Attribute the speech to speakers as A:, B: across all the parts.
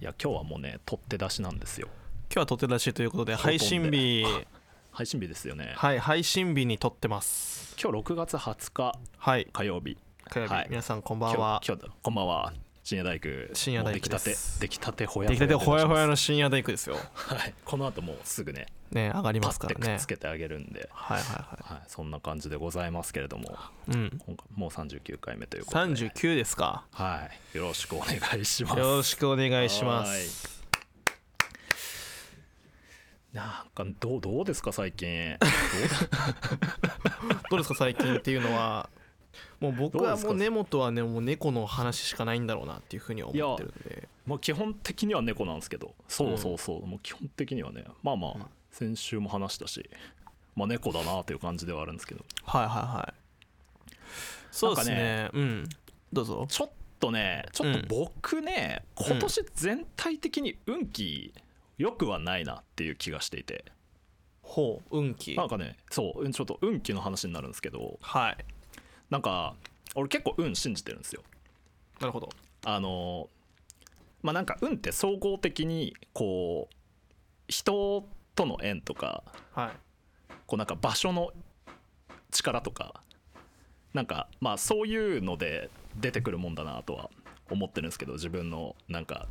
A: いや今日はもうね取って出しなんですよ
B: 今日は取って出しということで配信日
A: 配信日ですよね、
B: はい配信日に撮ってます
A: 今日6月20日
B: はい
A: 火曜日
B: 火曜日、
A: はい
B: 皆さんこん
A: 今
B: ば
A: 日
B: ん
A: 今
B: は
A: 日だこんばんは深夜大工
B: 深夜大
A: も
B: 工
A: う出来たて
B: です
A: 出来たてほや
B: 出来たてほやほや
A: の、
B: の深夜大工ですよ
A: はい、この後もうすぐね
B: ね上がり
A: パ
B: ます
A: ッ
B: か
A: て
B: ら
A: くっ
B: ね
A: つけてあげるんで、
B: はいは
A: はい、そんな感じでございますけれども
B: いはいうん
A: 今回もう39回目ということで
B: 39ですか
A: はいよろしくお願いします
B: よろしくお願いしま
A: はい
B: す
A: なんかどうどうですか最近
B: どうですか最近っていうのはもう僕
A: どう
B: は
A: です
B: も
A: か
B: う根本はねもう猫の話しかないんだろうなっていうふうに思ってるんで
A: まあ基本的には猫なんですけどそうそうそう、もう基本的にはねまあまあ
B: うん
A: 先週も話したし、まあ、猫だなという感じではあるんですけど
B: はいはいはいそうですねうんどうぞ
A: ちょっとねちょっ
B: うん
A: と僕ね、
B: ん
A: 今年全体的に運気良くはないなっていう気がしていて、
B: ほう運気
A: なんかねそうちょっと運気の話になるんですけど
B: はい
A: なんか俺結構運信じてるんですよ
B: なるほど
A: あのまあなんか運って総合的にこう人との縁とか
B: はい
A: こうなんか場所の力とかなんかまあそういうので出てくるもんだなとは思ってるんですけど自分のなんか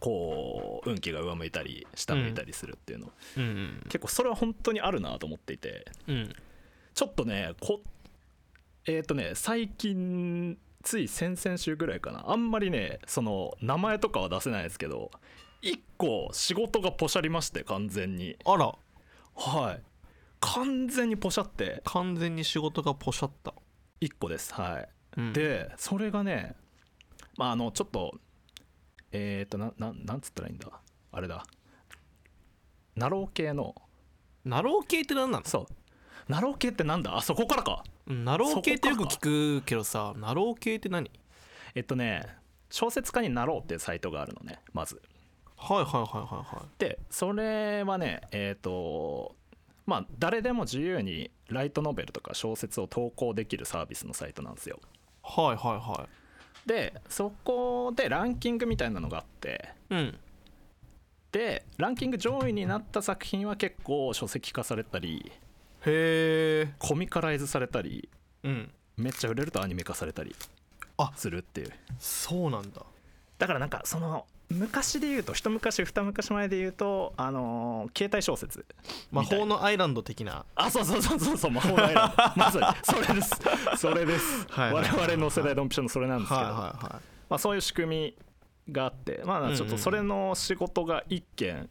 A: こう運気が上向いたり下向いたりするっていうの、
B: うん
A: 結構それは本当にあるなと思っていて
B: うんうん
A: ちょっとねこえっ、とね最近つい先々週ぐらいかなあんまりねその名前とかは出せないですけど1個仕事がポシャりまして完全に
B: あら
A: はい完全にポシャって
B: 完全に仕事がポシャった、
A: 1個ですはい
B: うん、
A: でそれがねまああのちょっとえっ、となななんつったらいいんだあれだナロー系の
B: ナロー系って何なの
A: そうナロー系ってなんだあそこからか
B: うんナロー系ってよく聞くけどさナロー系って何
A: えっとね小説家になろうっていうサイトがあるのねまず
B: はいはいはいはいはい
A: でそれはねえっ、とまあ誰でも自由にライトノベルとか小説を投稿できるサービスのサイトなんですよ
B: はいは
A: でそこでランキングみたいなのがあって
B: いはいうん
A: でランキング上位になった作品は結構書籍化されたり
B: へえ
A: コミカライズされたり
B: うん
A: めっちゃ売れるとアニメ化されたり
B: あ
A: するっていう
B: そうなんだ
A: だからなんかその昔で言うと一昔二昔前で言うとあのー携帯小説
B: 魔
A: みたい
B: 法のアイランド的な
A: あそうそうそうそうそう魔法のアイランドまさにそれです それです、
B: はいはいはい
A: 我々の世代ドンピシャのそれなんですけ
B: は
A: ど、
B: いはいは
A: まあ、そういう仕組みがあってまあちょっとそれの仕事が一件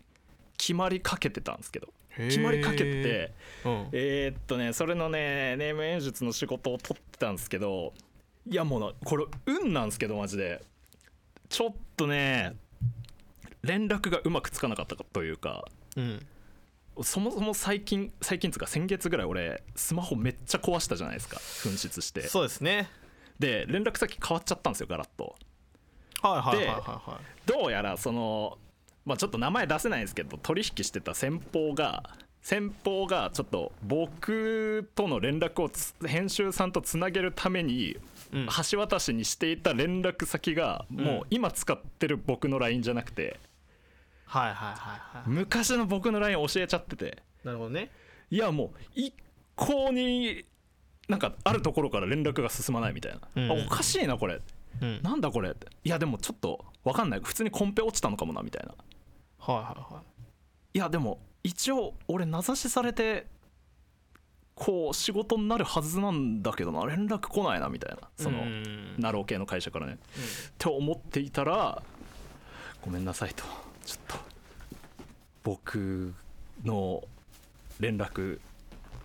A: 決まりかけてたんですけど
B: いへー
A: 決まりかけてて
B: うん
A: えーっとねそれのねネーム演出の仕事を取ってたんですけどいやもうなこれ運なんですけどマジでちょっとね連絡がうまくつかなかったというか
B: うん
A: そもそも最近最近つうか先月ぐらい俺スマホめっちゃ壊したじゃないですか紛失して
B: そうですね
A: で連絡先変わっちゃったんですよガラッと
B: はいはいはい
A: で
B: はいは
A: どうやらそのまあちょっと名前出せないですけど取引してた先方が先方がちょっと僕との連絡をつ編集さんとつなげるために
B: いうん
A: 橋渡しにしていた連絡先がもう今使ってる僕の LINE じゃなくて
B: はいはいはいは
A: 昔の僕の LINE 教えちゃってて
B: いなるほどね
A: いやもう一向になんかあるところから連絡が進まないみたいな、
B: うん
A: あおかしいなこれ
B: うん
A: なんだこれっていやでもちょっと分かんない普通にコンペ落ちたのかもなみたいな
B: はいはいはい
A: やでも一応俺名指しされてこう仕事になるはずなんだけどな連絡来ないなみたいないその、
B: うん
A: ナロー系の会社からね、って思っていたらごめんなさいとちょっと僕の連絡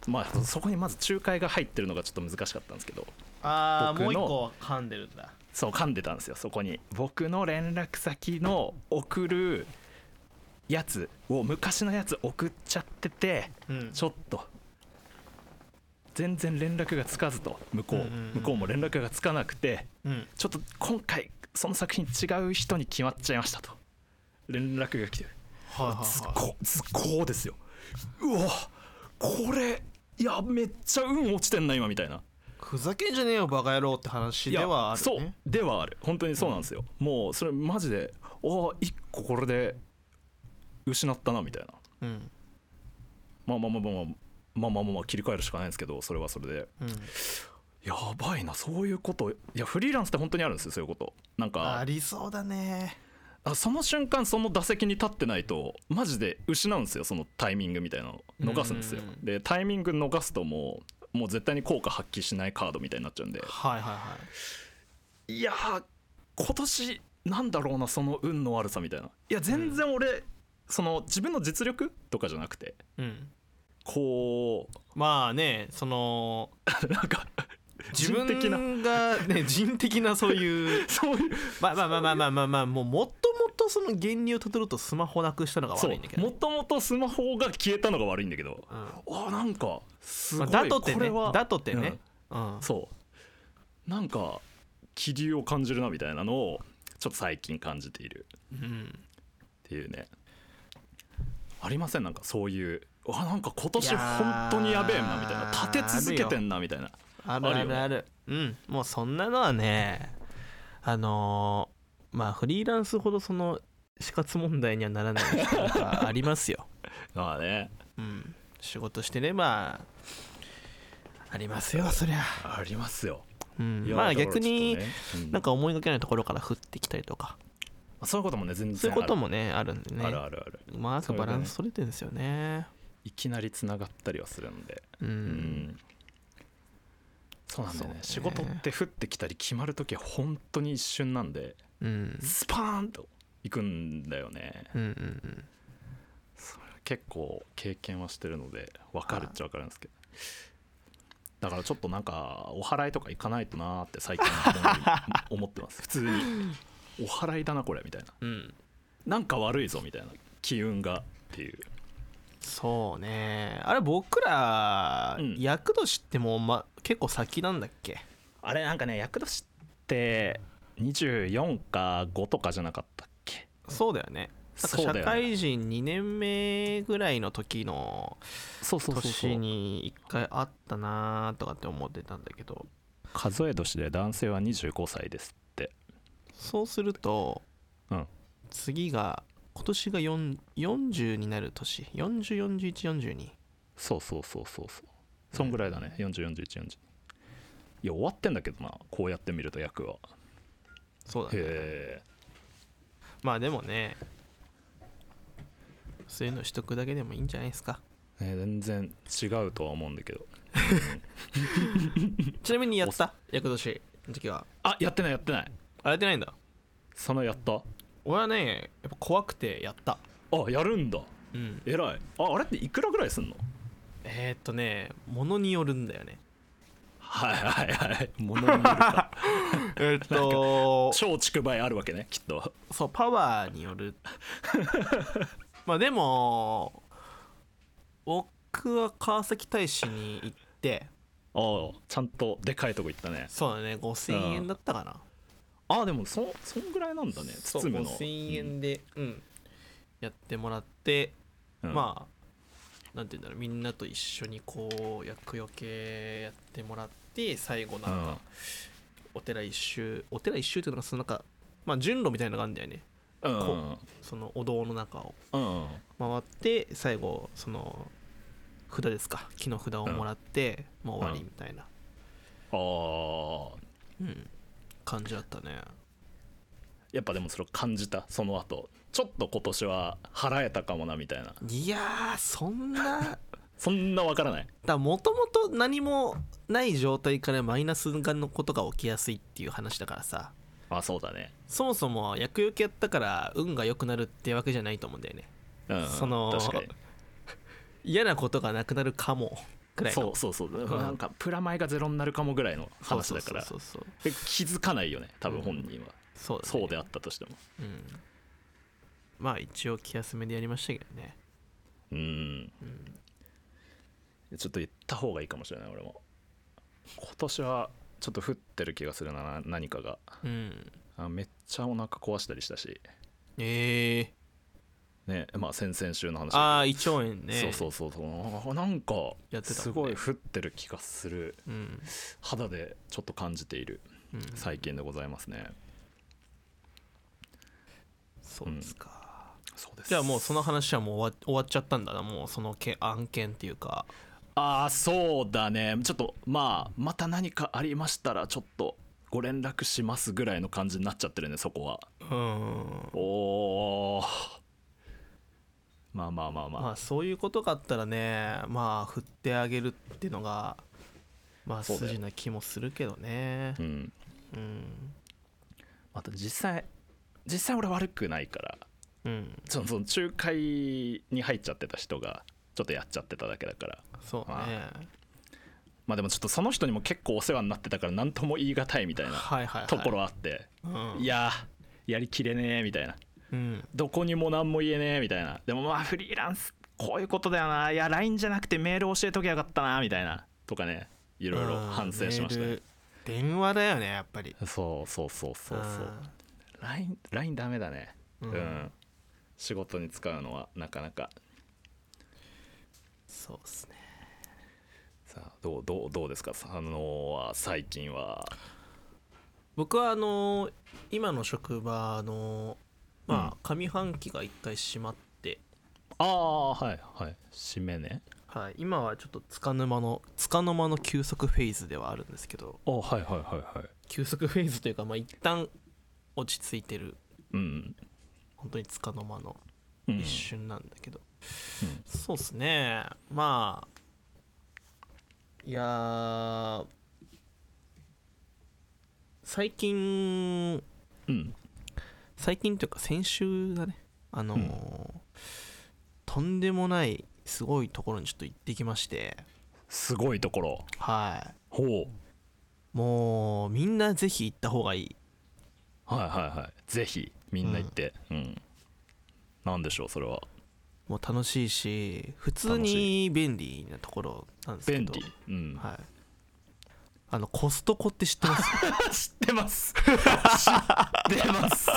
A: まあそこにまず仲介が入ってるのがちょっと難しかったんですけど
B: ああ
A: 僕の
B: もう一個噛んでるんだ
A: そう噛んでたんですよそこに僕の連絡先の送るやつを昔のやつ送っちゃってて
B: うん
A: ちょっと全然連絡がつかずと向こう,、
B: うんうんうん
A: 向こうも連絡がつかなくて
B: うん
A: ちょっと今回その作品違う人に決まっちゃいましたと連絡が来てる
B: はいはい
A: ず
B: は
A: こずこうですようわこれいやめっちゃ運落ちてんな今みたいない
B: ふざけんじゃねえよバカ野郎って話
A: い
B: で
A: や
B: はある
A: そう
B: ね
A: ではある本当にそうなんですよ、もうそれマジでお1個これで失ったなみたいな
B: うん
A: まあまあまあまあまあまあまあまあ切り替えるしかないんですけどそれはそれで
B: うん
A: やばいなそういうこといやフリーランスって本当にあるんですよそういうことなん
B: あ
A: か
B: りそうだね
A: あその瞬間その打席に立ってないとマジで失うんですよそのタイミングみたいなの逃すんですよ
B: うん
A: でタイミング逃すともうもう絶対に効果発揮しないカードみたいになっちゃうんで
B: はいはいはい
A: いやー今年なんだろうなその運の悪さみたいないや全然俺、その自分の実力とかじゃなくて
B: うん
A: こ
B: まあねその
A: う なんか
B: 自分
A: 人的な
B: が ね人的なそういう
A: そういう
B: まあまあまあまあまあまあまあもうもともとその源流をたどるとスマホなくしたのが
A: そ
B: 悪いんだ
A: う
B: けど
A: も
B: ね、
A: ともとスマホが消えたのが悪いんだけど
B: うん
A: あなんかす
B: ま
A: ご
B: あ
A: い、
B: だとって
A: これ
B: ね
A: は
B: だとってね、うん
A: うんそうなんか気流を感じるなみたいなのをちょっと最近感じている
B: うん
A: っていうねありませんなんかそういうあなんか今年本当にやべえなみたい
B: いや
A: な
B: ー
A: 立て続けてんなみたいな
B: ある
A: ある
B: あ
A: よね
B: るあるうんもうそんなのはねあのーまあフリーランスほどその死活問題にはならないとかあります よ、
A: まあね
B: うん、仕事してればありますよそりゃ、
A: ありますよ
B: うん
A: い、や
B: まあ
A: だから
B: 逆
A: ちょっ
B: に
A: とねうん
B: なんか思いがけないところから降ってきたりとか
A: そういうこともね全然
B: そういうこと
A: も
B: もねあるんでね
A: あるあるある
B: うまくバランス取れてるんですよね
A: いきなりつながったりはするんで
B: う
A: うんんそうなんだよね仕
B: そうね
A: 事って降ってきたり決まる時は本当に一瞬なんで
B: うん
A: スパーンと行くんだよね
B: うんうん
A: 結構経験はしてるので分かるっちゃ分かるんですけどだからちょっとなんかお祓いとか行かないとなーって最近思い思って ます普通にお祓いだなこれみたいな
B: うんうん
A: なんか悪いぞみたいな機運がっていう
B: そうねあれ僕ら
A: うん
B: 役年ってもう、ま、結構先なんだっけ
A: あれなんかね厄年って24か5とかじゃなかったっけ
B: そうだよねなんか
A: そうだよ
B: 社
A: ね
B: 会人2年目ぐらいの時の
A: そうそうそうそう
B: 年に1回あったなとかって思ってたんだけど
A: 数え年で男性は25歳ですって
B: そうすると
A: うん
B: 次が今年が4 40になる年404142
A: そうそうそうそうそうそんぐらいだね404140いや終わってんだけどなこうやって見ると役は
B: そうだね
A: へえ
B: まあでもねそういうのしとくだけでもいいんじゃないですか
A: ね全然違うとは思うんだけど
B: ちなみにやった厄年の時は
A: あやってないやってない
B: あやってないんだ
A: そのやった
B: 俺はねやっぱ怖くてやった
A: あやるんだ
B: うん
A: 偉いああれっていくらぐらいすんの
B: えー、っとねものによるんだ よね
A: はいはい はいものによるか
B: えっと
A: 超竹梅あるわけねきっと
B: そうパワーによる まあでも僕は川崎大使に行って
A: ああちゃんとでかいとこ行ったね
B: そうだね5000円だったかな、
A: ああでもそそんぐらいなんだね
B: そう
A: 包むの
B: 5000円で、うんやってもらって、
A: あ
B: まあなんて言うんだろうみんなと一緒にこう厄除けやってもらって最後なんかお寺一周お寺一周っていうのがそのなんかまあ順路みたいなのがあるんだよね
A: うんう
B: こ
A: ん
B: そのお堂の中を
A: うんうん
B: 回って最後その札ですか木の札をもらって、もう終わりみたいな、
A: ああ
B: うん感じだったね
A: やっぱでもそれを感じたその後ちょっと今年は払えたかもなみたいない
B: やーそんな
A: そんなわからない
B: だもともと何もない状態からマイナスがのことが起きやすいっていう話だからさ
A: あそうだね
B: そもそも厄除けやったから運が良くなるってわけじゃないと思うんだよね
A: うん
B: その
A: 確かに
B: 嫌なことがなくなるかもくらい
A: そ
B: の
A: うそうそう、なんかプラマイがゼロになるかもぐらいの話だから
B: そうそうそう
A: で気づかないよね多分本人は、
B: そうそうだね
A: そうであったとしても
B: うん、まあ一応気休めでやりましたけどね
A: うん、ちょっと言った方がいいかもしれない俺も今年はちょっと降ってる気がするな何かが
B: うん
A: あめっちゃお腹壊したりしたし
B: ええ
A: ねまあ先々週の話だけど
B: ああ胃腸炎ね
A: そうそうそうそうなんか
B: やってたもんね
A: すごい降ってる気がする
B: うん、
A: 肌でちょっと感じている
B: うん、
A: 最近でございますね、
B: そうですか、
A: そうです
B: じゃあもうその話はもう終わ終わっちゃったんだなもうそのけ案件っていうか
A: ああそうだねちょっとまあまた何かありましたらちょっとご連絡しますぐらいの感じになっちゃってるねそこは
B: うーん
A: おおまあまあまあまあ、
B: まあそういうことがあったらねまあ振ってあげるっていうのがまあ
A: そうだよ
B: 筋な気もするけどね
A: うん
B: うん
A: また実際実際俺悪くないから
B: うん
A: そのその仲介に入っちゃってた人がちょっとやっちゃってただけだから
B: そうね
A: まあでもちょっとその人にも結構お世話になってたから何とも言い難いみたいな
B: はいはいはい
A: ところあって、
B: うん
A: いやーやりきれねえみたいな
B: うん
A: どこにも何も言えねえみたいなでもまあフリーランスこういうことだよないや LINE じゃなくてメール教えときゃよかったなみたいなとかねい
B: い
A: ろいろ反省しましたね
B: 電話だよねやっぱり
A: そうそうそうそうそう LINE, LINE ダメだねう、
B: うんん
A: 仕事に使うのはなかなか
B: そうですね
A: さあどうどうどうですかあのー最近は
B: 僕はあのー今の職場の
A: う
B: まあ上半期が一回閉まって
A: ああはいはい締めね
B: はい、今はちょっとつかの間のつかの間の休息フェーズではあるんですけど
A: あはいはいはいはい
B: 休息フェーズというかまあ一旦落ち着いてる
A: うん、
B: 本当につかの間の
A: うん
B: 一瞬なんだけど、
A: うん
B: そうっすねまあいやー最近
A: うん
B: 最近というか先週だねあのーとんでもないすごいところにちょっと行ってきまして
A: すごいところ
B: はい
A: ほう
B: もうみんなぜひ行った方がいい
A: はいはいはいぜひみんな行ってうん、なんでしょうそれは
B: もう楽しいし普通に便利なところなんですけど
A: 便利うん、
B: はいあのコストコって知ってます
A: 知 ってます知ってます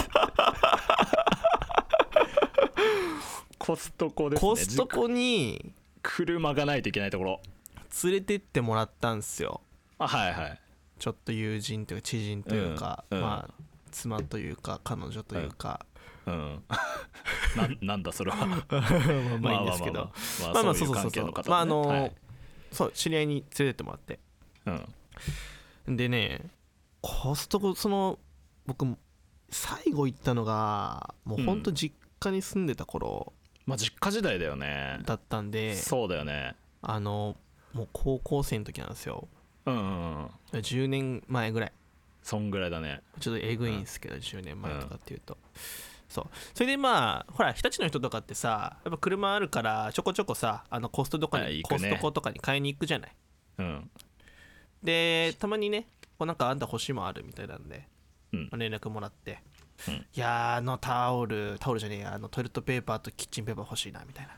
A: コストコですね
B: コストコに
A: 車がないといけないところ
B: 連れてってもらったんですよ
A: あはいはい
B: ちょっと友人というか知人というか、
A: うんうん
B: まあ妻というか彼女というか、
A: うんなんなんだそ れは
B: まあいいんですけど
A: まあまあまあまあ
B: まあまあ
A: そういう
B: そうそうそう
A: 関係の方ね
B: まああのー
A: はい
B: そう知り合いに連れてってもらって
A: うん
B: でねコストコその僕最後行ったのがもうほんと実家に住んでた頃
A: まあ実家時代だよね
B: だったんで、
A: そうだよね
B: あのもう高校生の時なんですよ
A: うんうんうん
B: 10年前ぐらい
A: そんぐらいだね
B: ちょっとえぐいんですけど、10年前とかっていうと、そうそれでまあほら日立の人とかってさやっぱ車あるからちょこちょこさあのコストとかに、
A: はい行く
B: コ
A: ね
B: ストコとかに買いに行くじゃない
A: うん
B: でたまにねこうなんかあんた欲しいもんあるみたいなんで、
A: うん
B: 連絡もらって、
A: うん
B: いやーあのタオルタオルじゃねえやあのトイレットペーパーとキッチンペーパー欲しいなみたいな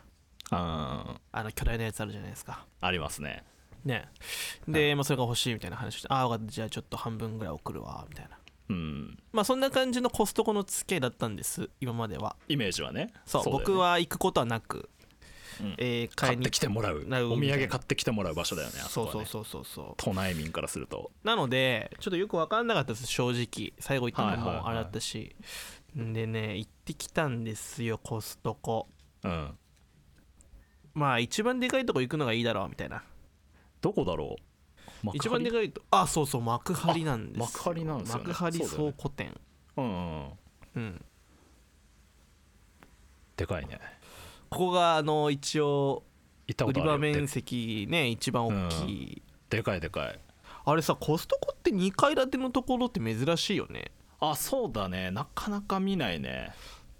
A: あ
B: あの巨大なやつあるじゃないですか
A: ありますね
B: ねで、まあ、それが欲しいみたいな話をしてああ分かったじゃあちょっと半分ぐらい送るわみたいな
A: うん
B: まあそんな感じのコストコの付き合いだったんです今までは
A: イメージはね
B: そう
A: だよね
B: 僕は行くことはなく、
A: うん
B: えー買
A: 買
B: い
A: っ
B: に
A: てきてもらうお
B: なる
A: 土産買ってきてもらう場所だよねあ
B: そう
A: こは
B: そう
A: ね
B: そうそうそう
A: 都内民からすると
B: なのでちょっとよく分かんなかったです正直最後行ったの
A: はいはいはい
B: もあれだったし、でね行ってきたんですよコストコ
A: うん
B: まあ一番でかいとこ行くのがいいだろうみたいな
A: どこだろう幕張
B: 一番でかいとあそうそう幕張なんですよ
A: あ幕張なんですよね
B: 幕張
A: そうだよ
B: 倉
A: ね
B: 庫店
A: うんうんうん
B: うん
A: でかいね
B: ここがあの一応
A: 行ったこ
B: 売
A: と
B: り
A: あ
B: 場
A: るよ
B: 面積ね一番大きい、
A: ででかいでかい
B: あれさコストコって2階建てのところって珍しいよね
A: あそうだねなかなか見ないね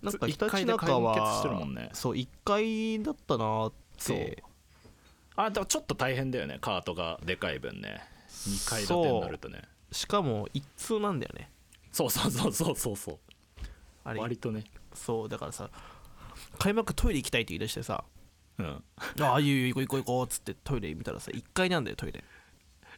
B: なんかひ
A: 一
B: たち
A: 階で
B: なか
A: 完結してるも
B: は、
A: んね
B: そう1階だったなっ
A: そう
B: て
A: あでもちょっと大変だよねカートがでかい分ね2階建てになるとね
B: しかも一通なんだよね
A: そうそうそうそうそうそう
B: あれ
A: 割とね
B: そうだからさ開幕トイレ行きたいって言い出してさ
A: うん
B: 「ああいいよ行こう行こう行こう」っつってトイレ見たらさ1階なんだよトイレ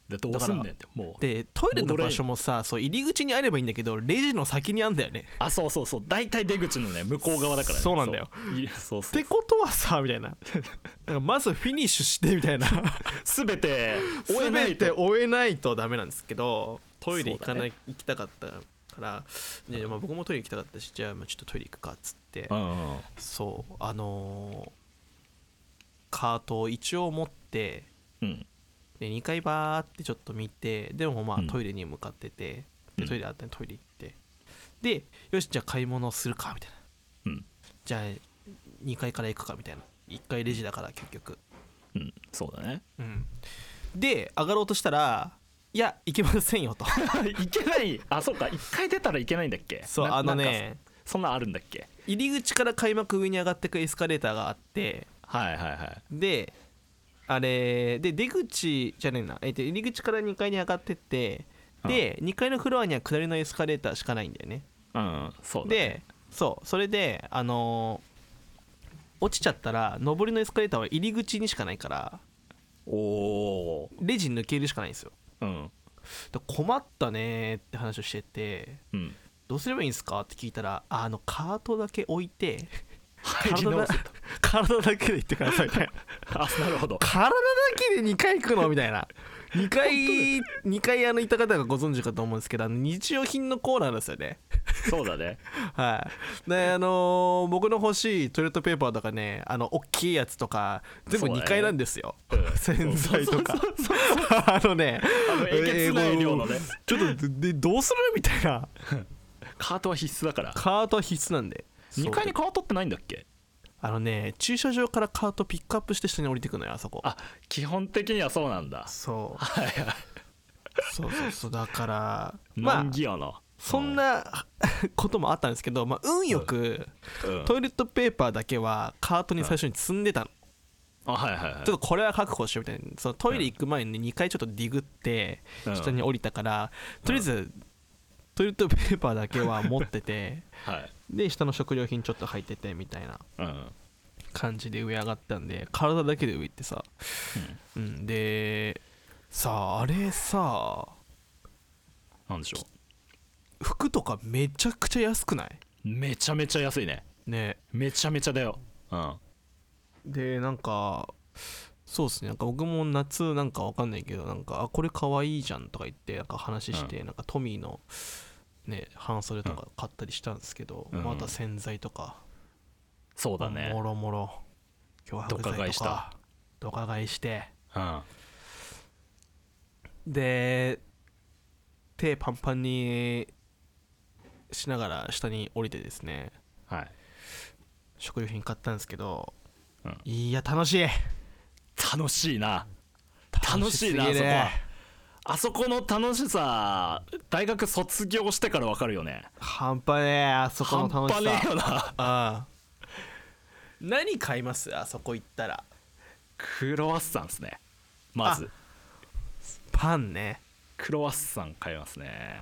A: でどうすんねんってもう
B: でトイレの場所もさそう入り口にあればいいんだけどレジの先にあんだよね
A: あそうそうそう大体出口のね向こう側だからね
B: そうなんだよ
A: そういそう
B: っ
A: そう
B: てことはさみたいななんかまずフィニッシュしてみた いな
A: 全て終えな
B: 全
A: い
B: て
A: と
B: 終えないとダメなんですけどトイレ行か
A: そう
B: な
A: だ
B: い、行きたかったから、ねまあ、僕もトイレ行きたかったしじゃあまあちょっとトイレ行くかっつって
A: うんうんうん
B: そうあのーカートを一応持って
A: うん
B: で2回バーってちょっと見てでもま
A: うん
B: あトイレに向かってて、
A: う
B: で
A: ん
B: トイレあったんでトイレ行ってでよしじゃあ買い物するかみたいな
A: うん
B: じゃあ2階から行くかみたいな1階レジだから結局
A: うんそうだ ね
B: うんで上がろうとしたらいや行けません よと
A: いけないあそうか一回出たらいけないんだっけ
B: そう
A: な
B: あの
A: なんか
B: ね
A: そんなんあるんだっけ
B: 入り口から開幕上に上がってくエスカレーターがあって
A: はいはいはい
B: であれで出口じゃねえな、えっと入り口から2階に上がってってで2階のフロアには下りのエスカレーターしかないんだよね
A: うんそうだね
B: でそうそれであのー落ちちゃったら上りのエスカレーターは入り口にしかないから
A: おお
B: レジに抜けるしかないんですよ
A: うん
B: で困ったねーって話をしてて
A: うん
B: どうすればいいんですかって聞いたらああのカートだけ置い て
A: 入り
B: 体
A: 直
B: だ
A: せ
B: 体だけで行 ってくださいみたいな
A: あなるほど
B: 体だけで2回行くのみた いな2回二回あのいた方がご存知かと思うんですけどあの日用品のコーナーですよね
A: そうだね
B: はいであのー僕の欲しいトイレットペーパーとかねあの大きいやつとか全部
A: そうだね
B: 2回なんですよ、
A: うん
B: 洗剤とか
A: そう
B: あのね
A: あのえげつない量のね
B: えーちょっとでどうするみたいな
A: カートは必須だから
B: カートは必須なんで
A: 2階に
B: そう
A: カートってないんだっけ
B: あのね駐車場からカートピックアップして下に降りてくのよあそこ
A: あ基本的にはそうなんだ
B: そう
A: はいはい
B: そうそうそうだ からま
A: 難
B: あ
A: 儀やな
B: そんな こともあったんですけど、まあ、運よく
A: うん
B: トイレットペーパーだけはカートに最初に積んでたの、
A: あはいはいはい
B: ちょっとこれは確保しようみたいなそのトイレ行く前に2回ちょっとディグって
A: うん
B: 下に降りたから、とりあえずトイレットペーパーだけは持って て
A: はい
B: で下の食料品ちょっと入っててみたいな
A: うん
B: 感じで上上がったんで体だけで上行ってさ、うん、でさああれさ
A: なんでしょ
B: 服とかめちゃくちゃ安くないう
A: めちゃめちゃ安いね
B: ね
A: めちゃめちゃだようん
B: でなんかそうですねなんか僕も夏なんかわかんないけどなんかあこれかわいいじゃんとか言ってなんか話して、なんかトミーのね半袖とか買ったりしたんですけど、
A: うん
B: また洗剤とか、
A: そうだ
B: も
A: ね
B: ろもろ漂白
A: どっか買
B: 剤
A: いし
B: と
A: た
B: かドカ買いして
A: うん
B: で手パンパンにしながら下に降りてですね
A: はい
B: 食料品買ったんですけど、
A: うん
B: いや楽しい
A: 楽しいな楽しいな
B: 楽すぎね
A: あそこの楽しさ大学卒業してから分かるよね
B: 半端ねえあそこの
A: 半
B: 楽し
A: 端ね
B: さ
A: えよな
B: ああ何買いますあそこ行ったら
A: クロワッサンですねまず
B: パンね
A: クロワッサン買いますね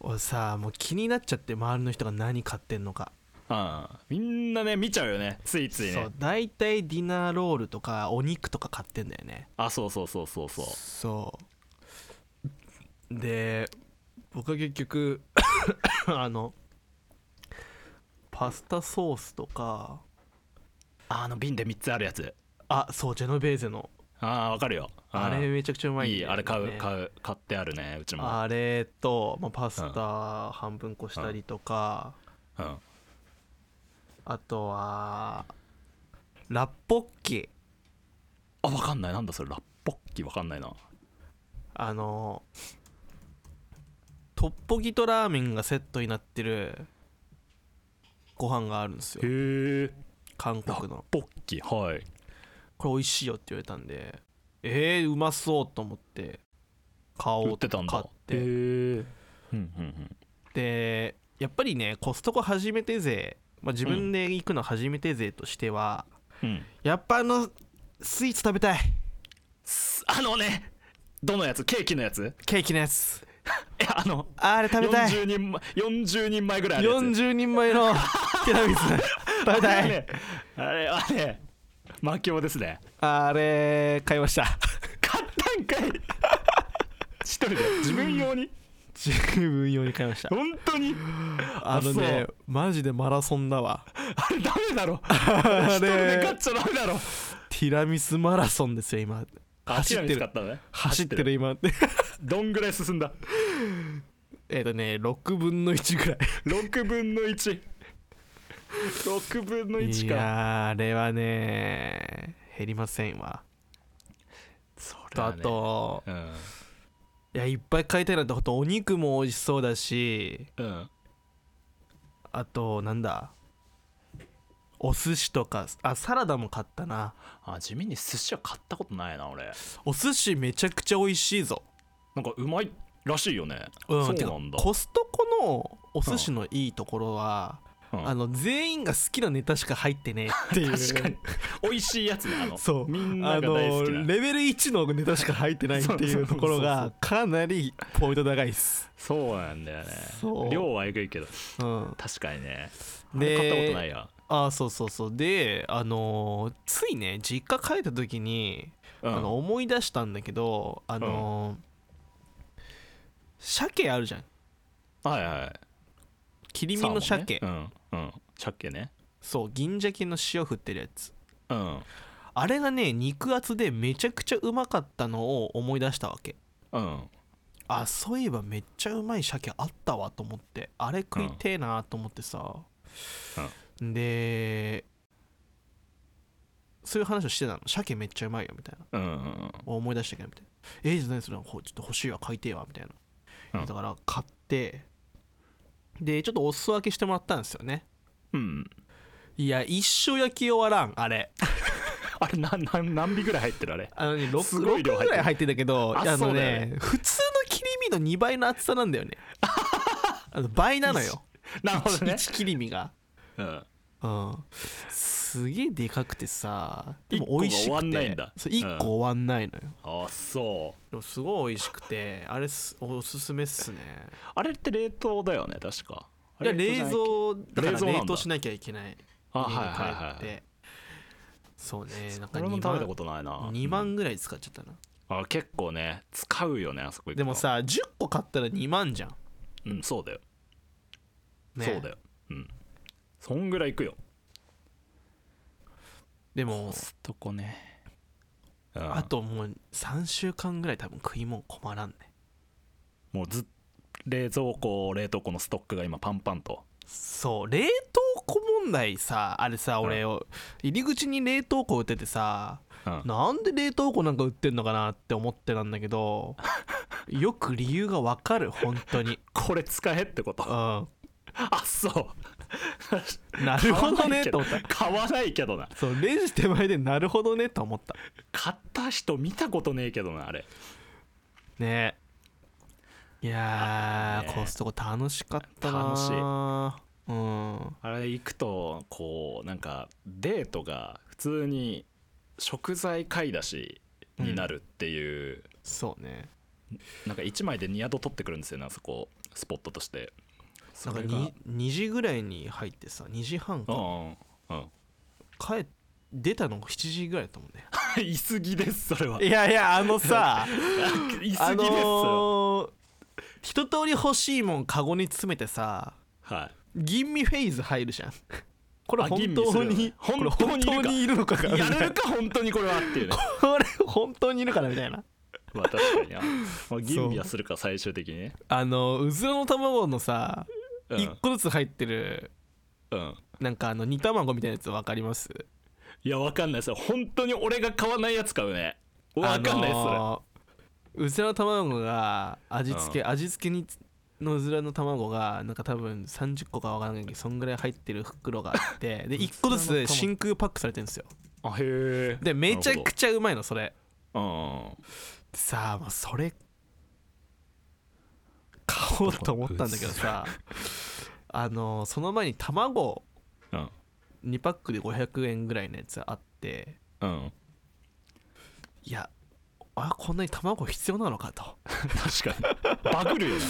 B: 俺さもう気になっちゃって周りの人が何買ってんのか、
A: うんみんなね見ちゃうよねついつい
B: そ
A: ね
B: う大体ディナーロールとかお肉とか買ってんだよね
A: あそうそうそうそうそう
B: そうで僕は結局 あのパスタソースとか
A: あの瓶で3つあるやつ
B: あそうジェノベーゼの
A: ああ分かるようん
B: あれめちゃくちゃうまいん
A: い
B: だ
A: い
B: よね
A: あれ買う買う買ってあるねうちも
B: あれと、まあ、パスタ半分こしたりとか、
A: うん
B: あとはラッポッキ
A: あ分かんないなんだそれラッポッキ分かんないな
B: あのトッポギとラーメンがセットになってるご飯があるんですよ
A: へえ
B: 韓
A: ラッ
B: 国の
A: ポッキはい
B: これ美味しいよって言われたんでえー、うまそうと思って買お
A: 売
B: う
A: ってたんだ
B: 買って
A: へえうんうん
B: でやっぱりねコストコ初めて勢、まあ、自分で行くの初めて勢としては、
A: うんうん
B: やっぱあのスイーツ食べたい
A: すあのねどのやつケーキのやつ
B: ケーキのやつ
A: いやあの
B: あれ食べたい
A: 40人前40人前ぐらいあるやつ
B: 40人前の ティラミス食べた
A: あれ
B: い
A: ねあれはね魔境ですね
B: あれ買いました
A: 買った んかい一人で自分用に
B: 十分用に買いました
A: 本当に
B: あのねマジでマラソンだわ
A: あれダメだろ
B: あ
A: 一人で
B: れ
A: 買っちゃダメだろ
B: ティラミスマラソンですよ今
A: あ
B: 走っ
A: テ
B: て
A: ィラミス買
B: る
A: ったのね
B: 走ってる今
A: どんぐらい進んだ
B: えっ、とね6分の1ぐらい
A: 6分の16分の
B: い
A: 1か
B: やーあれはね減りませんわ
A: そ
B: とあと
A: うん
B: いやいっぱい買いたいなってことお肉も美味しそうだし
A: うん
B: あとなんだお寿司とかあサラダも買ったな
A: あ地味に寿司は買ったことないな俺
B: お寿司めちゃくちゃ美味しいぞ
A: なんかうまいらしいよね、
B: うん
A: そう
B: て
A: な
B: か
A: んだ
B: コストコのお寿司のいいところは、
A: うん
B: あの全員が好きなネタしか入ってねえっていう
A: 確かに美味しいやつねあの
B: そう
A: みんなが大好き
B: あ
A: な
B: のレベル1のネタしか入ってないっていうところがかなりポイント高いっす、
A: そうなんだよね
B: そう
A: 量はえぐいけど
B: うん、
A: 確かにね
B: で
A: 買ったことないや
B: ああそうそうそうであのーついね実家帰った時に、
A: うん
B: あの思い出したんだけどあのー鮭あるじゃん
A: はいはい
B: 切り身の
A: サーモンね
B: 鮭、
A: うんうん鮭ね
B: そう銀鮭の塩振ってるやつ
A: うん
B: あれがね肉厚でめちゃくちゃうまかったのを思い出したわけ
A: うん
B: あそういえばめっちゃうまい鮭あったわと思ってあれ食いてえなと思ってさ、でそういう話をしてたの鮭めっちゃうまいよみたいな
A: うんうん
B: 思い出したけどみたいな「えー、じゃないそれほちょっと欲しいわ買いてえわ」みたいな、
A: うん
B: だから買ってでちょっとお裾分けしてもらったんですよね
A: うん
B: いや一生焼き終わらんあれ
A: あれなな何尾ぐらい入ってるあ れ
B: あのね 6,
A: すごい量入ってる
B: ぐらい入ってたけど
A: あ
B: あ
A: そ
B: の
A: うだよ
B: ね普通の切り身の2倍の厚さなん だよねあの倍なのよ
A: なるほどね
B: 1, 切り身が
A: うん
B: うんすげえでかくてさで
A: 一個
B: も
A: が
B: 美味しくて
A: 終わんないんだ
B: そう1個終わんないのよ、
A: あそう
B: でもすごい美味しくてあれすおすすめっすね
A: あれって冷凍だよね確か
B: いや冷
A: 凍じゃないっけ
B: 蔵だから
A: 冷蔵なんだ
B: 冷凍しなきゃいけない
A: あ
B: 家に
A: はいはい
B: 帰
A: は
B: っ
A: い
B: てそうねなんか
A: 俺も食べ
B: 2
A: た
B: 万
A: ことないな
B: 2万ぐらい使っちゃったな
A: あ結構ね使うよねあそこ行くと
B: でもさ10個買ったら2万じゃん
A: うんそうだよ、
B: ね
A: そうだようんそんぐらいいくよ
B: でも
A: すとこね
B: あ
A: あ
B: ともう3週間ぐらい多分食い物困らんね
A: もうずっ冷蔵庫冷凍庫のストックが今パンパンと
B: そう冷凍庫問題さあれさ俺入り口に冷凍庫売っててさ
A: うん
B: なんで冷凍庫なんか売ってんのかなって思ってたんだ けどよく理由がわかる本当に
A: これ使えって こと
B: う
A: あそ
B: んな
A: う
B: るほどね
A: 買
B: と
A: わ
B: 思っ
A: ないけ
B: た
A: ど買わないけどな
B: そうレジ手前でなるほどねと思った
A: 買った人見たことねえけどなあれ
B: ねいやー、
A: ね
B: コストコ楽しかったな楽しいうん
A: あれ行くとこうなんかデートが普通に食材買い出しになるっていう、
B: そうね
A: なんか1枚で2宿取ってくるんですよねあそこスポットとして
B: な
A: そ
B: んか
A: れが
B: に 2, 時ぐらいに入ってさ2時半
A: う
B: か
A: んうんうん
B: 帰っ出たのが7時ぐらいだったもんね
A: 言い過ぎですそれはい
B: やいやあのさ
A: 言い過
B: あ
A: ぎですよ、
B: のー一通り欲しいもんカゴに詰めてさ
A: はい
B: 吟味フェーズ入るじゃんこれ
A: あ
B: 本
A: 吟味す
B: 当
A: るよ
B: に
A: ね
B: これ本当にいるのか
A: やれる
B: か
A: か本当にこれはっていうね
B: これ本当にいるかなみたいな
A: まあ確かにな まあ吟味はするか最終的にね
B: あのうずらの卵のさ
A: うん
B: 1個ずつ入ってる
A: うん
B: なんかあの煮卵みたいなやつ分かります
A: いやわかんないそれ本当に俺が買わないやつ買うねわかんない
B: あ
A: それ、
B: のーうずらの卵が味付け、味付けにのうずらの卵がなんか多分30個かわからないけどそんぐらい入ってる袋があって で1個ずつ真空パックされてるんですよ
A: あへえ
B: でめちゃく
A: ち
B: ちゃうまいのそれ
A: ゃうん
B: さあもうそれ買おうと思ったんだけどさあのーその前に卵
A: うん
B: 2パックで500円ぐらいのやつあって
A: うん
B: いやあこんなに卵必要なのかと
A: 確かにバグるよ ね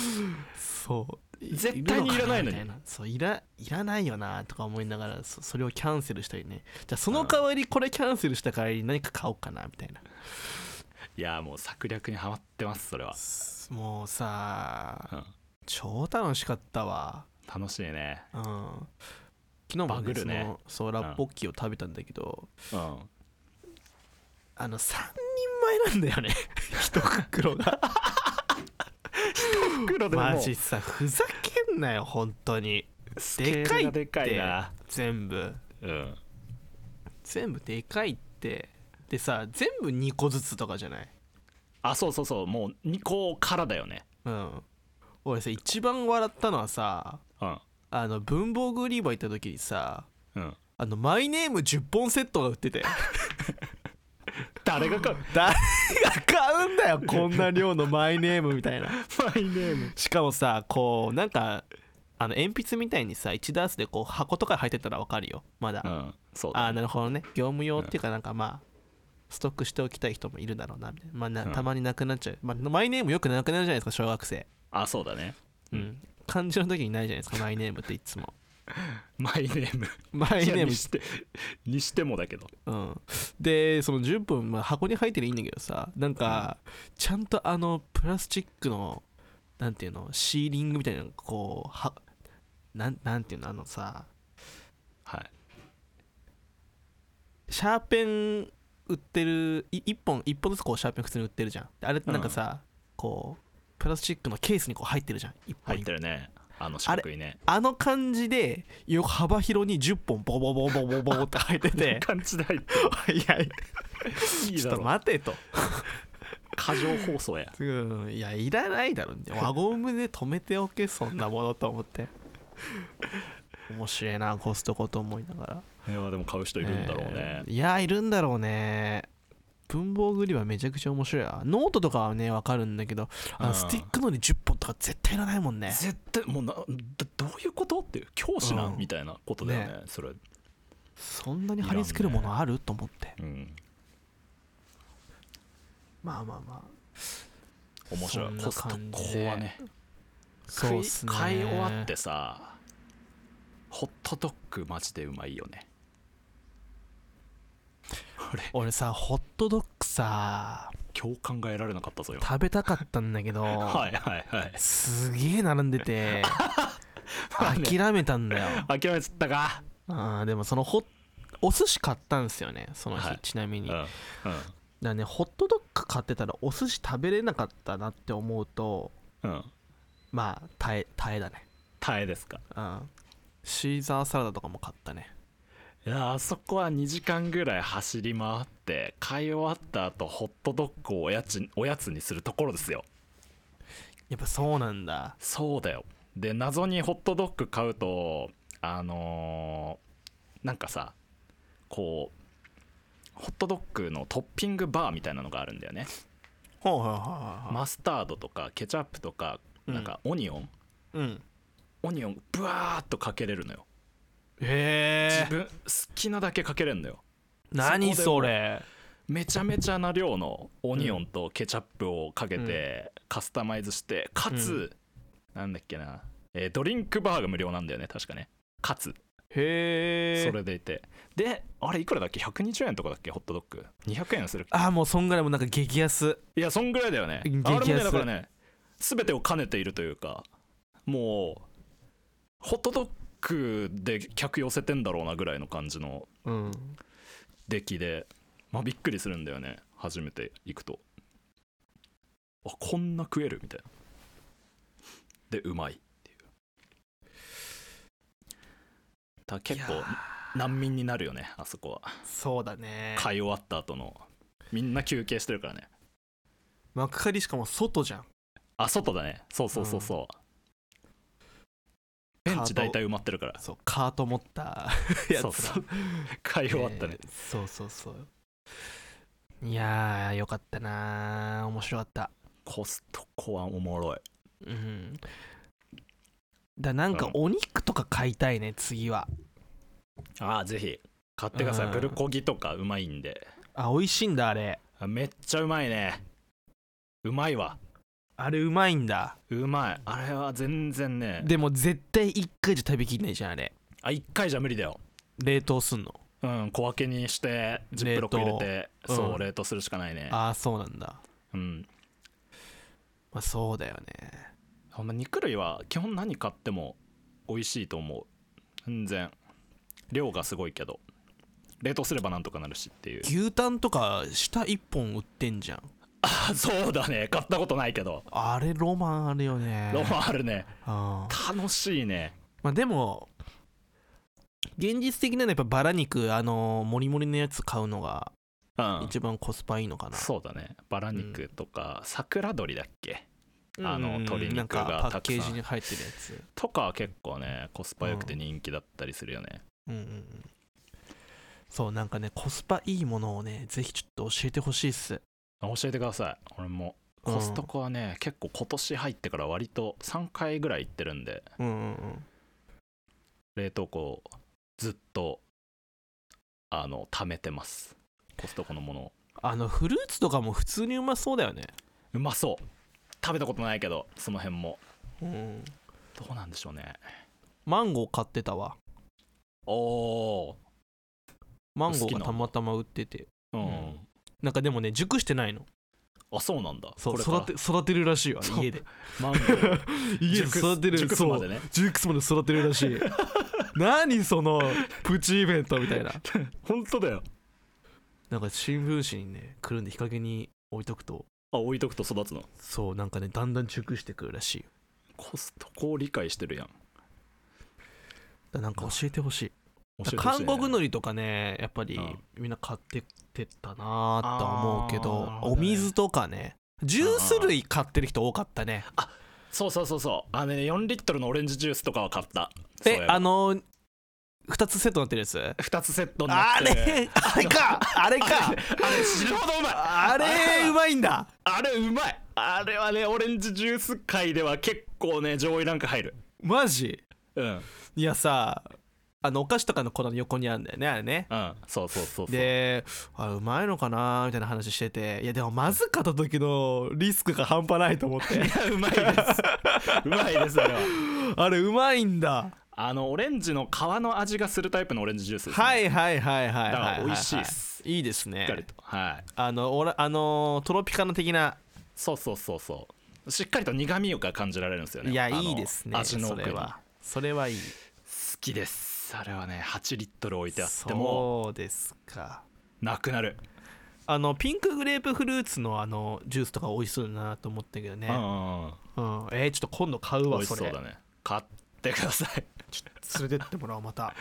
B: そうい
A: 絶対にいらないのに
B: るかみたなそういらいらないよなとか思いながらそそれをキャンセルしたりねじゃあその代わりこれキャンセルした代わりに何か買おうかなみたいない
A: やもう策略にはまってますそれは、
B: すもうさ
A: うん、
B: 超楽しかったわ
A: 楽しいね
B: うん昨日も、ね
A: バグるね
B: そのそうラッポッキーを食べたんだけど、
A: うん
B: あの3人前なんだよね一袋が
A: 黒でも
B: マジさふざけんなよ本当に
A: スケ
B: で
A: ー
B: か
A: ル
B: い
A: が
B: って
A: でかいな
B: 全部
A: うん
B: 全部でかいってでさ全部2個ずつとかじゃない
A: あそうそうそうもう2個からだよね
B: うん俺さ一番笑ったのはさ
A: うん
B: あの文房具売り場行った時にさ
A: うん
B: あのマイネーム10本セットが売ってて
A: 誰が 買う
B: 誰が 買うんだよこんな量のマイネームみたいな
A: マイネーム
B: しかもさこうなんかあの鉛筆みたいにさ1ダースでこう箱とかに入ってたらわかるよまだ、
A: うんそう
B: あ
A: だ
B: あなるほどね業務用っていうかなんかまあストックしておきたい人もいるだろうなみたいな,、まあな
A: うん
B: たまになくなっちゃう、まあ、マイネームよくなくなるじゃないですか小学生
A: あそうだね
B: うん、漢字の時にないじゃないですかマイネームっていつも
A: マイネーム
B: マイ
A: い
B: ネ
A: や
B: ー ム
A: にしてにしてもだけど
B: うん、でその10分、まあ、箱に入ってりゃいいんだけどさなんか、ちゃんとあのプラスチックのなんていうのシーリングみたいなのがこうはなんなんていうのあのさ
A: はい
B: シャーペン売ってるい1本一本ずつこうシャーペン普通に売ってるじゃんであれってなんかさ、こうプラスチックのケースにこう入ってるじゃん1本
A: 入ってるねあの四角いね
B: あの感じでよ幅広に10本ボボボボボボボって入ってて
A: 感 じで入って
B: いやいや
A: いい
B: ちょ
A: だ
B: っと
A: ろ
B: 待てと
A: 過剰放送や
B: うんいやいらないだろ輪ゴムで止めておけそんなものと思って面白いなコストコと思いながら
A: いやでも買う人いるんだろうね
B: えーいやいるんだろうね文房具売りはめちゃくちゃ面白いわノートとかはねわかるんだけどあ
A: う
B: の
A: ん
B: スティックのに10本とか絶対いらないもんね
A: 絶対もうなどどういうことっていう教師なん
B: うん
A: みたいなことだよね
B: ね
A: それ
B: そんなに貼り付けるものあると思って
A: うん
B: まあまあまあ
A: 面白
B: そん
A: い
B: な
A: コスト
B: 感
A: コ
B: じで
A: はね
B: そうっすね
A: 買い買い終わってさホットドッグマジでうまいよねあれ
B: 俺さホットドッグさ
A: 今日考えられなかったぞよ
B: 食べたかったんだけど
A: はいはいはい
B: すげえ並んで て 諦めたんだよ
A: 諦めちゃったか
B: あーでもそのホお寿司買ったんですよねその日、
A: はい
B: ちなみ
A: う
B: に、
A: ん
B: だ
A: う
B: か
A: ん
B: らねホットドッグ買ってたらお寿司食べれなかったなって思うと
A: うん
B: まあ耐え耐えだね
A: 耐えですか
B: うんシーザーサラダとかも買ったね
A: いやあそこは2時間ぐらい走り回って買い終わった後ホットドッグをおやつおやつにするところですよ
B: やっぱそうなんだ
A: そうだよで謎にホットドッグ買うとあのーなんかさこうホットドッグのトッピングバーみたいなのがあるんだよね
B: ほうほうほうほう
A: マスタードとかケチャップとか
B: うん
A: なんかオニオン、
B: うん
A: オニオンブワーっとかけれるのよ
B: へ
A: 自
B: え
A: 分好きなだけかけれるのよ
B: 何
A: そこ
B: そ
A: で
B: れ
A: めちゃめちゃな量のオニオンとケチャップをかけてカスタマイズして、かつ、なんだっけな、えードリンクバーが無料なんだよね確かねかつ
B: へ
A: そ
B: え
A: れでいてであれいくらだっけ120円とかだっけホットドッグ200円する
B: あーもうそんぐらいもうなんか激安
A: いやそんぐらいだよねあれ
B: 激
A: も
B: 安
A: ねだからね全てを兼ねているというかもうホットドッグで客寄せてんだろうなぐらいの感じの
B: うん
A: 出来で、まあ、びっくりするんだよね初めて行くとあこんな食えるみたいなでうまいっていうだから結
B: い
A: 構
B: や
A: 難民になるよねあそこは
B: ーそうだね
A: 買い終わった後のみんな休憩してるからね
B: 幕張しかも外じゃん
A: あ外だねそうそうそうそう、ベンチ大体埋まってるから
B: そうカート持 ったやつ
A: そ
B: ら
A: うそう買い終わったね、
B: えーそうそうそういやーよかったなー面白かった
A: コストコはおもろい
B: うんだなんか
A: うん
B: お肉とか買いたいね次は
A: ああぜひ買ってください
B: うん
A: プルコギとかうまいんで
B: あ美味しいんだあれ
A: あめっちゃうまいねうまいわ
B: あれうまいんだ
A: うまいあれは全然ね
B: でも絶対1回じゃ食べきんないじゃんあれ
A: あ1回じゃ無理だよ
B: 冷凍すんの
A: うん小分けにしてジップロック入れて
B: 凍
A: そう、
B: うん
A: 冷凍するしかないね
B: ああそうなんだ
A: うん
B: まあそうだよね
A: ほんま肉類は基本何買っても美味しいと思う全然量がすごいけど冷凍すればなんとかなるしっていう
B: 牛タンとか下1本売ってんじゃん
A: あそうだね買ったことないけ ど
B: あれロマンあるよね
A: ロマンあるね
B: あー
A: 楽しいね
B: まあでも現実的なのはやっぱバラ肉あのーモリモリのやつ買うのが
A: うん
B: 一番コスパいいのかな、
A: そうだねバラ肉とか、桜鶏だっけんあの
B: うん
A: 鶏肉
B: なんか
A: がた
B: パ
A: くさん
B: ッケージに入ってるやつ
A: とかは結構ねコスパ良くて人気だったりするよね、
B: うんうんうんそうなんかねコスパいいものをねぜひちょっと教えてほしいっす
A: 教えてください俺も
B: うん
A: コストコはね、結構今年入ってから割と3回ぐらい行ってるんで
B: うんうんうん
A: 冷凍庫ずっとあの貯めてますコストコのものを
B: あのフルーツとかも普通にうまそうだよね
A: うまそう食べたことないけどその辺も
B: うん
A: どうなんでしょうね
B: マンゴー買ってたわ
A: おお
B: マンゴ
A: 好き
B: ー
A: なの
B: がたまたま売ってて
A: うん、
B: うんなんかでもね熟してないの
A: あそうなんだ
B: そう
A: から
B: 育て育てるらしいわ
A: そう
B: 家で
A: マンゴー
B: 家で
A: 熟す
B: 育てる
A: 熟す
B: そ
A: ま
B: う
A: でね
B: ジュックスまで育てるらし い何そのプチイベントみたいな
A: 本当だよ
B: なんか新聞紙にねくるんで日陰に置いとくと
A: あ置いとくと育つの
B: そうなんかねだんだん熟してくるらしいよ
A: コストコを理解してるやん
B: だからなんか教えてほしい
A: 教えてほしいね
B: 韓国海苔とかねやっぱりみんな買ってってたなーとは思うけど
A: あーなるほど
B: お
A: ね
B: 水とかねジュース類買ってる人多かったね
A: そうそうそうそうあのね4リットルのオレンジジュースとかは買ったそうい
B: え
A: えば
B: あのー、2つセットになってるやつ
A: 2つセットにな
B: あ
A: って
B: れあれかあれか
A: あれ死ぬほどうまい
B: あれうまいんだ
A: あれうまいあれはねオレンジジュース界では結構ね上位ランク入る
B: マジ
A: うんうん
B: いやさあのお菓子とかの粉の横にあるんだよねあれね
A: そうそうそうそう
B: であうまいのかなみたいな話してていやでもまずかった時のリスクが半端ないと思って
A: うまいですうまいですあれは
B: あれうまいんだ
A: あのオレンジの皮の味がするタイプのオレンジジュースですね、
B: はい
A: し
B: いはいはいはいはい
A: だ
B: は
A: から美味しいっす
B: いいです
A: っかり
B: ね
A: とはい
B: あのオラあのートロピカル的な
A: そうそうそうそうしっかりと苦味が感じられるんですよね
B: いや
A: あの
B: いいですね
A: 味の
B: そ
A: 奥に
B: れはそれはいい
A: 好きですあれはね8リットル置いてあっても
B: そうですか
A: なくなる、
B: あのピンクグレープフルーツのあのジュースとか美味しそうだなと思ったけど
A: うんう
B: ね、
A: んうん
B: うんえーちょっと今度買う
A: 美
B: わ
A: 味
B: そ
A: し
B: れ
A: そうだね買ってください
B: ちょっと連れてってもらおうまた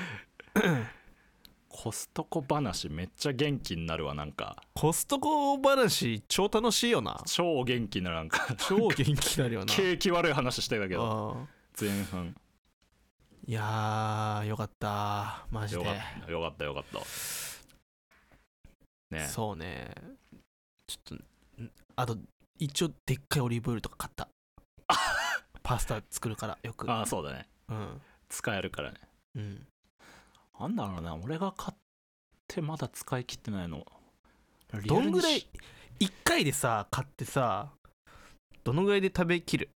A: コストコ話めっちゃ元気になるわなんか
B: コストコ話超楽しいよな
A: 超元気ななんか
B: 超元気にな るよな
A: 景気悪い話してたけど
B: うん
A: 前半
B: いやーよかったマジ
A: よ
B: で
A: かったよかったよかったね
B: そうねちょっとんあと一応でっかいオリーブオイルとか買った パスタ作るからよく
A: ああそうだね
B: うん
A: 使えるからね
B: うん
A: なんだろうな俺が買ってまだ使い切ってないの
B: どんぐら
A: リアルに
B: い
A: し
B: 1回でさ買ってさどのぐらいで食べきる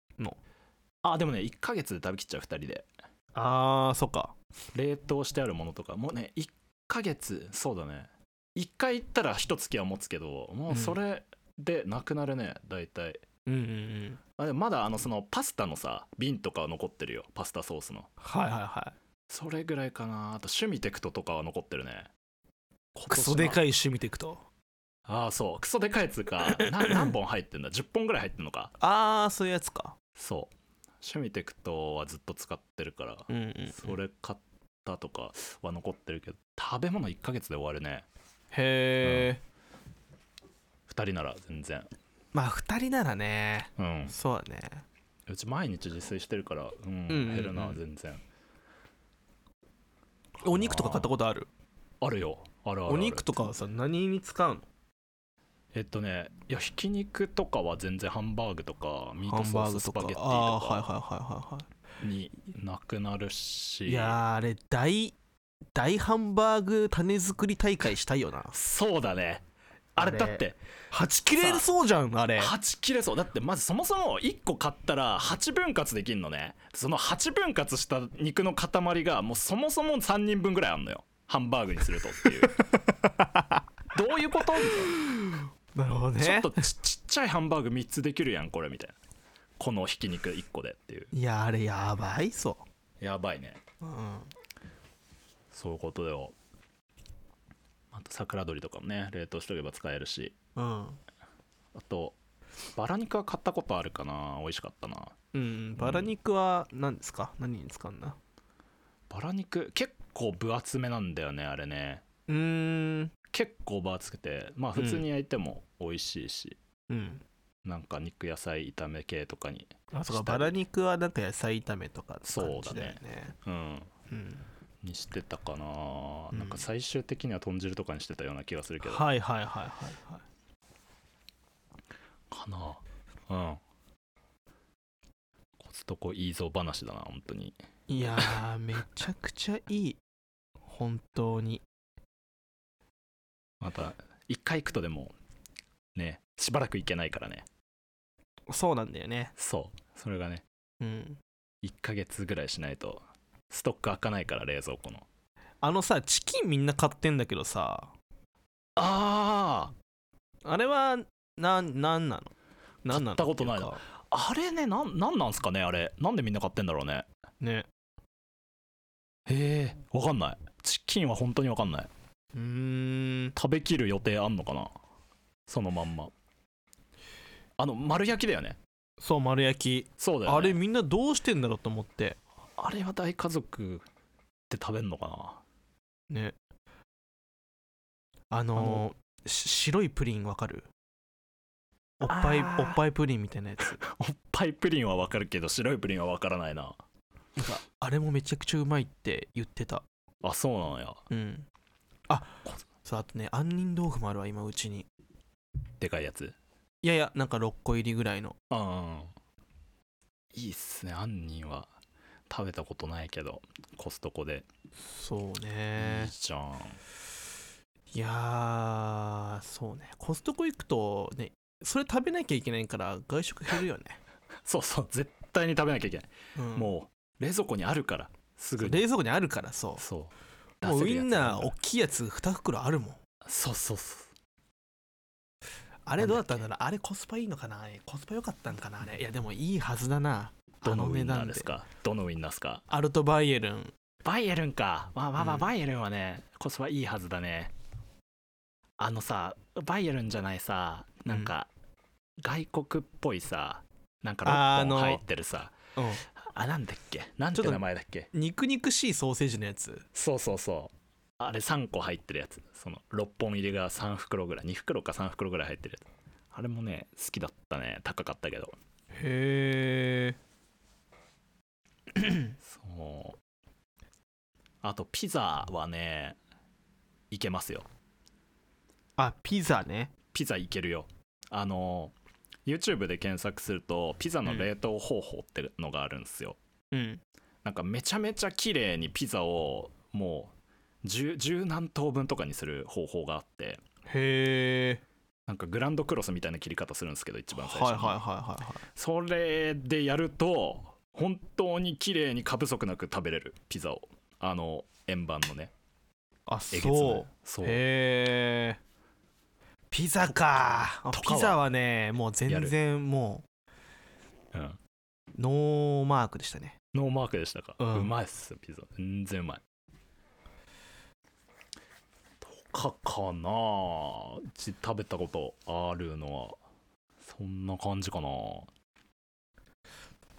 A: あでもね1ヶ月で食べきっちゃう2人で
B: あーそっか
A: 冷凍してあるものとかもうね1ヶ月そうだね1回行ったら1月は持つけどもうそれでなくなるね大体
B: うんうんうん
A: あでもまだあのそのパスタのさ瓶とかは残ってるよパスタソースの
B: はいはいはい
A: それぐらいかなあと趣味テクトとかは残ってるね
B: クソで
A: い
B: かい趣味ていくと
A: ああそうクソでかいやつか な何本入ってんだ10本ぐらい入ってんのか
B: ああそういうやつか
A: そう趣味テクトはずっと使ってるから、
B: うんうん、うん、
A: それ買ったとかは残ってるけど食べ物1ヶ月で終わるね
B: へえ、
A: 2人なら全然
B: まあ2人ならね
A: うん
B: そうだね
A: うち毎日自炊してるからうん
B: うんうんうん
A: 減るな全然
B: お肉とか買ったことある
A: あるよあるあるある
B: お肉とかはさ何に使うの
A: えっとねいやひき肉とかは全然ハンバーグとかミートソーススパゲッティ
B: ああ
A: と
B: はい
A: か
B: はいはいはいは
A: になくなるし
B: いいやーあれ大大ハンバーグ種作り大会したいよな
A: そうだねあれ
B: あれ
A: だって
B: はち切れそうじゃんあれ
A: 8切れそうだってまずそもそも1個買ったら8分割できんのねその8分割した肉の塊がもうそもそも3人分ぐらいあんのよハンバーグにするとっていう どういうことみたい
B: なるほど
A: なちょ
B: ね
A: っとちちっちゃいハンバーグ3つできるやんこれみたいなこのひき肉1個でっていう
B: いやあれやばいそ
A: やばいね
B: う、うん、
A: そういうことよあと桜鶏とかもね冷凍しとけば使えるし
B: うん、
A: あとバラ肉は買ったことあるかな美味しかったな
B: うんバラ肉は何ですか、何に使うんだ
A: バラ肉結構分厚めなんだよねあれね
B: うーん
A: 結構分厚くてまあ普通に焼いても美味しいし、
B: うん
A: なんか肉野菜炒め系とかに
B: あそう
A: 下
B: かバ
A: に
B: ラ肉はなんか野菜炒めとかって
A: そ
B: 感
A: う
B: じ
A: だ
B: だよ
A: ね
B: ね
A: うん
B: うん、
A: にしてたかな、
B: うん
A: なんか最終的には豚汁とかにしてたような気がするけど、
B: はいはいはいはいはい
A: かなうんコストコいいぞ話だな本当に
B: いやーめちゃくちゃいい本当に
A: また一回行くとでもねしばらく行けないからね
B: そうなんだよね
A: そうそれがね
B: うん
A: 1ヶ月ぐらいしないとストック開かないから冷蔵庫の
B: あのさチキンみんな買ってんだけどさ
A: あ
B: あれはなんなんなのなんな
A: 買っ
B: の
A: たことないな
B: って
A: ああれねなんなんなんすかねあれなんでみんな買ってんだろうね
B: うかね
A: へえ分かんないチキンは本当に分かんないう
B: ーん
A: 食べきる予定あんのかなそのまんまあの丸焼きだよね
B: そう丸焼き、
A: そうだよ、ね、
B: あれみんなどうしてんだろうと思って
A: あれは大家族って食べんのかな
B: ねあのー
A: あの
B: し白いプリンわかるおっぱい
A: あー
B: おっぱいプリンみたいなやつ
A: おっぱいプリンは分かるけど白いプリンは分からないな
B: なんかあれもめちゃくちゃうまいって言ってた
A: あそうなのや
B: うんあ
A: こ
B: そうあとね杏仁豆腐もあるわ今うちに
A: でかいやつ
B: いやいやなんか6個入りぐらいの
A: うんうんうんいいっすね杏仁は食べたことないけどコストコで
B: そう
A: いい
B: ね
A: じゃん
B: いやーそうねコストコ行くとねそれ食べなきゃいけないから外食減るよね、
A: そうそう絶対に食べなきゃいけない、
B: うん
A: もう冷蔵庫にあるからすぐに
B: 冷蔵庫にあるからそ
A: そう
B: うもうウインナ
A: 出せ
B: ー
A: るやつだ
B: 大
A: か
B: きいやつ2袋あるもん
A: らそうそうそう
B: あれどうだったんだろうあれコスパいいのかなコスパ良かったんかなあれいやでもいいはずだな
A: どの
B: あ
A: ウインナー
B: で
A: ですかどのウインナーですか
B: アルトバイエルン
A: バイエルンかまあまあまあ、
B: うん
A: バイエルンはねコスパいいはずだねあのさバイエルンじゃないさなんか、外国っぽいさなんか
B: あー
A: 6本
B: あの
A: 入ってるさ
B: うん
A: あなんだっけなん
B: ちょってと
A: 名前だっけ
B: 肉肉しいソーセージのやつ
A: そうそうそうあれ3個入ってるやつその6本入りが3袋ぐらい2袋か3袋ぐらい入ってるやつあれもね好きだったね高かったけど
B: へえ
A: そうあとピザはねいけますよ
B: あピザね
A: ピザいけるよあの YouTube で検索するとピザの冷凍方法ってのがあるんですよ、
B: うん
A: なんかめちゃめちゃ綺麗にピザをもう十十何等分とかにする方法があって
B: へえ
A: なんかグランドクロスみたいな切り方するんですけど一
B: は
A: 番
B: いは
A: 最
B: い
A: 初
B: は
A: に、
B: いはいはい
A: それでやると本当に綺麗に過不足なく食べれるピザをあの円盤のね
B: あ
A: えげつない
B: そう
A: そう
B: へえピザかあ
A: とかは
B: ピザはねもう全然も
A: うん
B: うノーマークでしたね
A: ノーマークでしたか、
B: う
A: うんまいっすピザ全然うまいとかかなうち食べたことあるのはそんな感じかな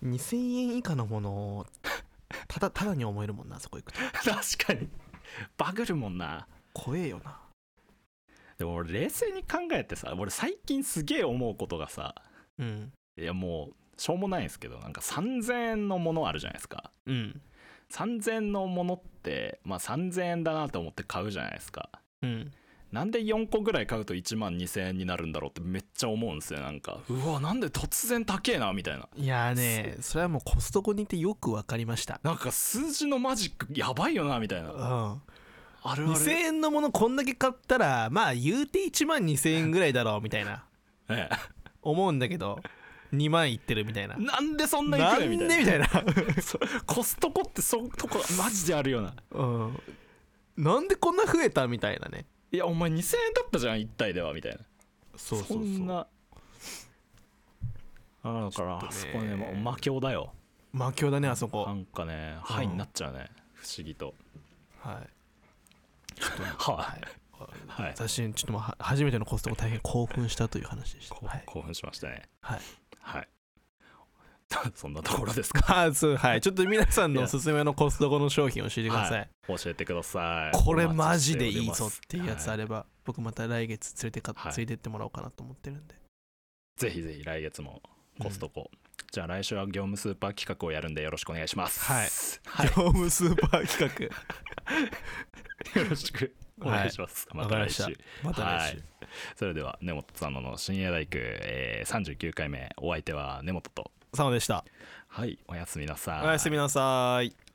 B: 2000円以下のものをた だただに思えるもんなあそこ行くと
A: 確かにバグるもんな
B: 怖えよな
A: でも俺冷静に考えてさ俺最近すげえ思うことがさ
B: うん
A: いやもうしょうもないんですけどなんか3000円のものあるじゃないですか
B: うん
A: 3000円のものってまあ3000円だなと思って買うじゃないですか
B: うん
A: なんで4個ぐらい買うと1万2000円になるんだろうってめっちゃ思うんですよなんかうわなんで突然高えなみたいない
B: やーねそれはもうコストコに行ってよく分かりました
A: なんか数字のマジックやばいよなみたいうなんあるあ
B: 2000
A: る
B: 円のものこんだけ買ったらまあ言うて1万2000円ぐらいだろうみたいな
A: え
B: 思うんだけど2万いってるみたいな
A: えなんでそんな
B: ないん
A: くね
B: で
A: み
B: み
A: たいな
B: たいな
A: コストコってそういうとこマジであるよな
B: うんなんでこんな増えたみたいなね
A: いやお前2000円だったじゃん1体ではみたいな
B: そうそうそ
A: そん
B: う
A: なあだから
B: ちょっとね
A: あそこねもう魔境だよ
B: 魔境だねあそ
A: な
B: こ
A: んかねはいになっちゃうね不思議と
B: はい
A: は
B: はい
A: はい
B: 私ちょっとまあは初めてのコストコ大変興奮したという話でした。
A: こ
B: はい、
A: 興奮しましたね
B: はい
A: はい そんなところですか
B: あそうはい、ちょっと皆さん
A: い
B: のお
A: や
B: すすめのコストコの商品を教えてください。
A: 教えてください
B: これ
A: お待
B: マ
A: ちし
B: ジ
A: て
B: で
A: おり
B: いい
A: ます
B: ぞっていうやつあれば、僕また来月連れてか、
A: はい
B: 連れてってもらおうかなと思ってるんで。
A: ぜひぜひ来月もコストコ、じゃあ来週は業務スーパー企画をやるんでよろしくお願いします
B: は
A: はい、
B: い業務スーパー企
A: よろしく お願いします、
B: はい
A: また
B: わかり
A: 来
B: ました
A: 週
B: 画。また来週。
A: はいそれでは根本さんの深夜大工、えー、39回目お相手は根本と
B: さまでした。
A: はいおやすみなさい
B: おやすみなさい。